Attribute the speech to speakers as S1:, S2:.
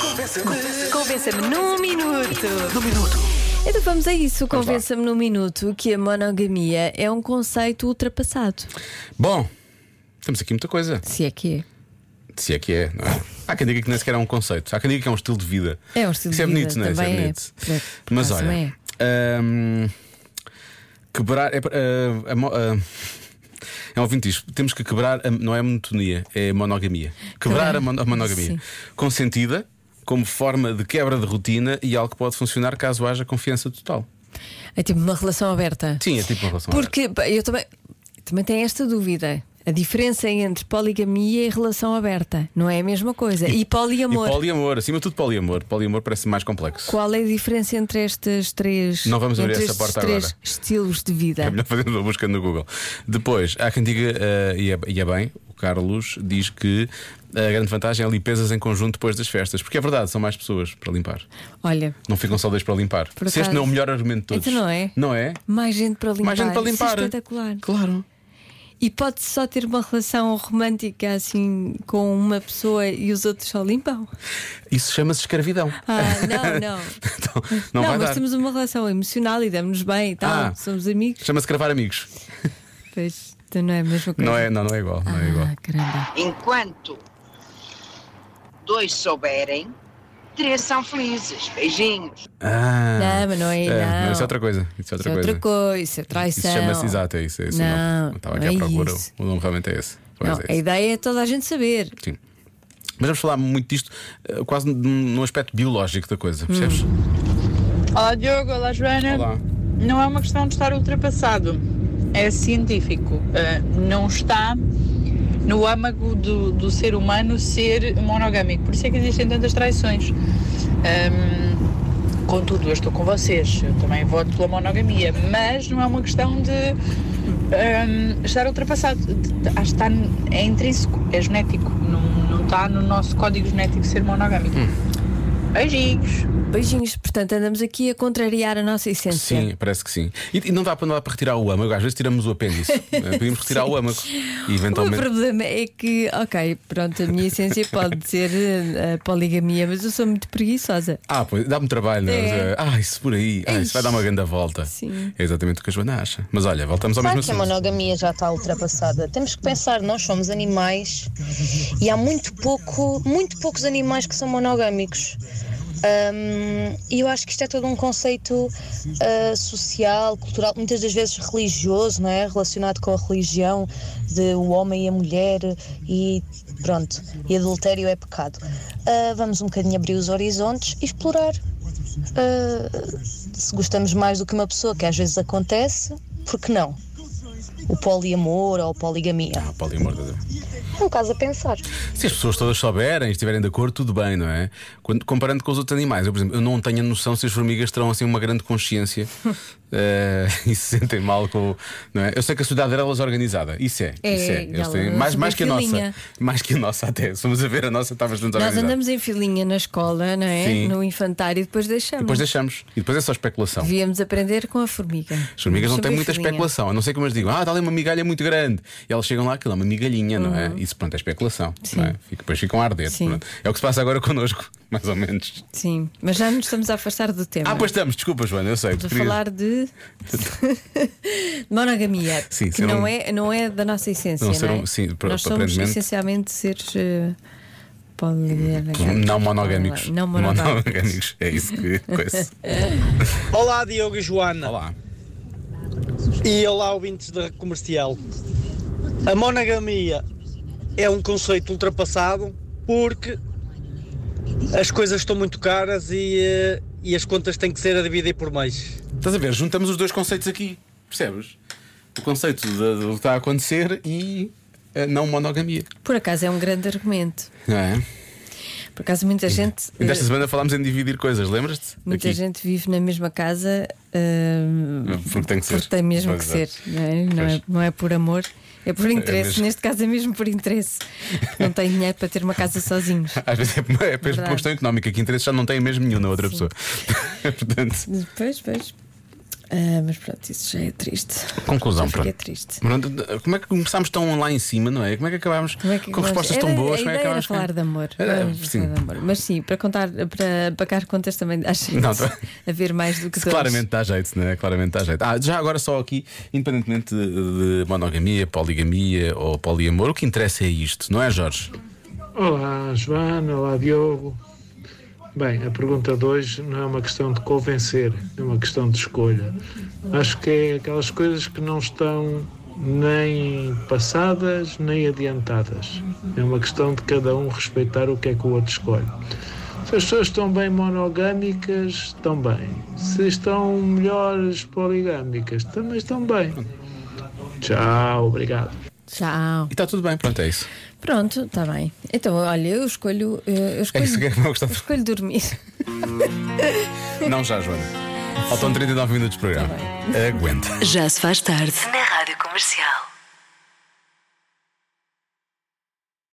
S1: Convença-me.
S2: Convença-me num minuto.
S1: No minuto.
S2: Então vamos a isso. Convença-me num minuto que a monogamia é um conceito ultrapassado.
S3: Bom, temos aqui muita coisa.
S2: Se é que é.
S3: Se é que é. não é? Há quem diga que nem sequer é um conceito. Há quem diga que é um estilo de vida.
S2: É um estilo
S3: Isso é
S2: de vida,
S3: bonito, não é? Isso
S2: também
S3: é
S2: é.
S3: bonito.
S2: Por- por
S3: Mas
S2: acaso
S3: olha.
S2: é.
S3: hum, quebrar. É, ah, a mo- ah, é um ouvinte diz, temos que quebrar, a- não é a monotonia, é a monogamia. Quebrar
S2: Quebrar.
S3: a, mon- a monogamia.
S2: Sim.
S3: Consentida, como forma de quebra de rotina e algo que pode funcionar caso haja confiança total.
S2: É tipo uma relação aberta.
S3: Sim, é tipo uma relação.
S2: Porque pá, eu também, também tenho esta dúvida. A diferença entre poligamia e relação aberta não é a mesma coisa. E, poliamor.
S3: E poliamor, acima de tudo poliamor. Poliamor parece mais complexo.
S2: Qual é a diferença entre estas três,
S3: Não vamos abrir
S2: entre
S3: essa
S2: estes
S3: porta
S2: três
S3: agora.
S2: estilos de vida?
S3: É melhor fazer uma busca no Google. Depois, há quem diga, eh, e, é, e é bem, o Carlos diz que a grande vantagem é limpezas em conjunto depois das festas. Porque é verdade, são mais pessoas para limpar.
S2: Olha,
S3: Não ficam só dois para limpar.
S2: Por
S3: Se este não é o
S2: acaso-
S3: melhor argumento de todos.
S2: Então não é?
S3: Não é?
S2: mais gente para limpar.
S3: Mais gente para
S2: Isso
S3: limpar.
S2: é espetacular.
S3: Claro.
S2: E pode só ter uma relação romântica assim com uma pessoa e os outros só limpam?
S3: Isso chama-se escravidão.
S2: Ah, não, não.
S3: então, não, vai
S2: mas
S3: dar.
S2: temos uma relação emocional e damos-nos bem e tal,
S3: Ah.
S2: somos amigos.
S3: Chama-se cravar amigos.
S2: Pois, então não é a mesma coisa.
S3: Não é, não, não é igual. Não é igual.
S2: Ah, caramba.
S4: Enquanto dois souberem, três são felizes. Beijinhos.
S3: Ah.
S2: Não, mas não é, não.
S3: Isso é outra coisa. Isso é
S2: Isso
S3: outra
S2: é
S3: coisa.
S2: outra coisa,
S3: Isso
S2: traição.
S3: chama-se exato, é isso. É isso o
S2: Não,
S3: nome. Estava
S2: não
S3: aqui à
S2: é
S3: procura.
S2: isso.
S3: O nome realmente é esse. Pois
S2: Não,
S3: é
S2: a
S3: isso.
S2: ideia é toda a gente saber.
S3: Sim. Mas vamos falar muito disto, eh, quase num num aspecto biológico da coisa, percebes?
S5: Olá Diogo, olá Joana.
S3: Olá.
S5: Não é uma questão de estar ultrapassado, é científico. Ah, não está no âmago do, do ser humano ser monogâmico. Por isso é que existem tantas traições. Ahm, contudo, eu estou com vocês, eu também voto pela monogamia, mas não é uma questão de ahm, estar ultrapassado. De- de- Acho que está, é intrínseco, é genético. Não, não está no nosso código genético ser monogâmico. Beijinhos!
S2: Beijinhos, portanto, andamos aqui a contrariar a nossa essência.
S3: Sim, parece que sim. E, e não, dá para, não dá para retirar o âmago, às vezes tiramos o apêndice. Eh, Podíamos retirar o âmago. E
S2: O meu
S3: eventualmente.
S2: problema é que, ok, pronto, a minha essência pode ser eh, a poligamia, mas eu sou muito preguiçosa.
S3: Ah, pois, dá-me trabalho. não
S2: É.
S3: é? Ah, isso por aí. Ah, isso vai dar uma grande volta.
S2: Sim.
S3: É exatamente o que a Joana acha. Mas olha, voltamos ao
S6: Claro
S3: mesmo
S6: que a
S3: assunto.
S6: monogamia já está ultrapassada. Temos que pensar, nós somos animais e há muito pouco, muito poucos animais que são monogâmicos. Hum, E eu acho que isto é todo um conceito ah, social, cultural, muitas das vezes religioso, não é? Relacionado com a religião de o homem e a mulher e pronto, e adultério é pecado. Ah, vamos um bocadinho abrir os horizontes e explorar. Ah, se gostamos mais do que uma pessoa, que às vezes acontece, por que não? o poliamor ou poligamia.
S3: Ah, poliamor, estás a ver?
S6: É um caso a pensar.
S3: Se as pessoas todas souberem, estiverem de acordo, tudo bem, não é? Quando- comparando com os outros animais, eu, por exemplo, eu não tenho a noção se as formigas terão assim uma grande consciência eh, e se sentem mal com. Não é? Eu sei que a sociedade delas é organizada, isso é.
S2: É,
S3: isso é.
S2: e
S3: Eles
S2: ela-
S3: têm, mais,
S2: eles
S3: mais que a
S2: têm
S3: nossa.
S2: filinha.
S3: Mais que a nossa, até. Se Vamos a ver, a nossa está bastante
S2: Nós
S3: organizada.
S2: andamos em filinha na escola, não é?
S3: Sim.
S2: No infantário e depois deixamos.
S3: Depois deixamos. E depois é só especulação.
S2: Devíamos aprender com a formiga.
S3: As formigas não
S2: Sobre
S3: têm muita
S2: filinha.
S3: especulação, a não ser que umas digam, ah, está ali uma migalha muito grande. E elas chegam lá, aquilo é uma migalhinha, não é? Isso, pronto, é especulação. Não é? Fica- Depois ficam a arder.
S2: Uhum. Sim.
S3: pronto. É o que se passa agora connosco, mais ou menos.
S2: Sim, mas já nos estamos a afastar do tema.
S3: Ah, pois estamos, desculpa, Joana, eu sei.
S2: De
S3: tu querias-
S2: falar de monogamia,
S3: Sim,
S2: que
S3: ser
S2: não,
S3: um-
S2: é, não é da nossa essência.
S3: Não,
S2: Não,
S3: ser
S2: é?
S3: um- sim, pro-
S2: Nós somos
S3: aparentemente-
S2: essencialmente seres eh, poligâmicos.
S3: Não monogâmicos.
S2: Não monogâmicos.
S3: Monogâmicos, É isso que. coisa.
S7: Olá, Diogo e Joana.
S3: Olá.
S7: E olá, ouvintes da comercial. A monogamia é um conceito ultrapassado porque as coisas estão muito caras e, eh, e as contas têm que ser a dividir por mês.
S3: Estás a ver? Juntamos os dois conceitos aqui, percebes? O conceito de- do que está a acontecer e a não monogamia.
S2: Por acaso é um grande argumento.
S3: Não é?
S2: Por acaso muita gente.
S3: E desta
S2: eh,
S3: semana falámos em dividir coisas, lembras-te?
S2: Muita
S3: Aqui.
S2: gente vive na mesma casa eh,
S3: Porque tem que ser.
S2: porque tem mesmo que
S3: Pois é.
S2: ser, não é? Não é,
S3: Pois.
S2: não é por amor, é por interesse.
S3: mesmo.
S2: Neste caso é mesmo por interesse. Não tem dinheiro para ter uma casa sozinhos.
S3: Às vezes é, é, por
S2: Verdade.
S3: uma questão económica que interesse já não tem mesmo nenhum na outra pessoa. Portanto,
S2: Pois, pois. Ah, mas pronto, isso já é triste. já
S3: Conclusão,
S2: fiquei
S3: pronto.
S2: triste.
S3: Pronto, Como é que começámos tão lá em cima, não é? Como é que acabámos
S2: Como é que-
S3: com respostas tão
S2: era-
S3: boas?
S2: A
S3: Como é
S2: ideia
S3: que
S2: era
S3: acabámos com-
S2: falar de amor.
S3: Era,
S2: Vamos
S3: sim.
S2: falar de amor. Mas sim, para contar, para pagar contas também acho que
S3: Não, tá-
S2: haver mais do que dois.
S3: Claramente dá jeito, né? Claramente dá jeito. Ah, já agora só aqui, independentemente de de monogamia, poligamia ou poliamor, o que interessa é isto, não é, Jorge?
S1: Olá, Joana, olá, Diogo. Bem, a pergunta 2 não é uma questão de convencer, é uma questão de escolha. Acho que é aquelas coisas que não estão nem passadas nem adiantadas. É uma questão de cada um respeitar o que é que o outro escolhe. Se as pessoas estão bem monogâmicas, estão bem. Se estão melhores poligâmicas, também estão bem. Tchau, obrigado.
S2: Tchau.
S3: E está tudo bem, pronto, é isso.
S2: Pronto, está bem. Então, olha, eu escolho. eh, Eu
S3: É
S2: escolho,
S3: isso que é que eu gostava.
S2: eu escolho dormir.
S3: Não já, Joana. Faltam 39 minutos de programa. Aguenta.
S8: Já se faz tarde na Rádio Comercial.